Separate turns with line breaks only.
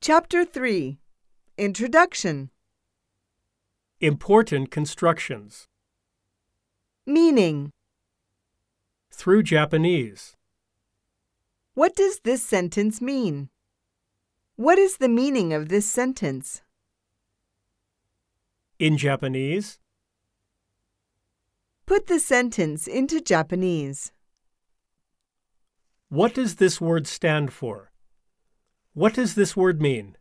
Chapter 3 Introduction
Important constructions
Meaning
through Japanese.
What does this sentence mean? What is the meaning of this sentence?
In Japanese,
Put the sentence into Japanese.
what does this word stand for? What does this word mean?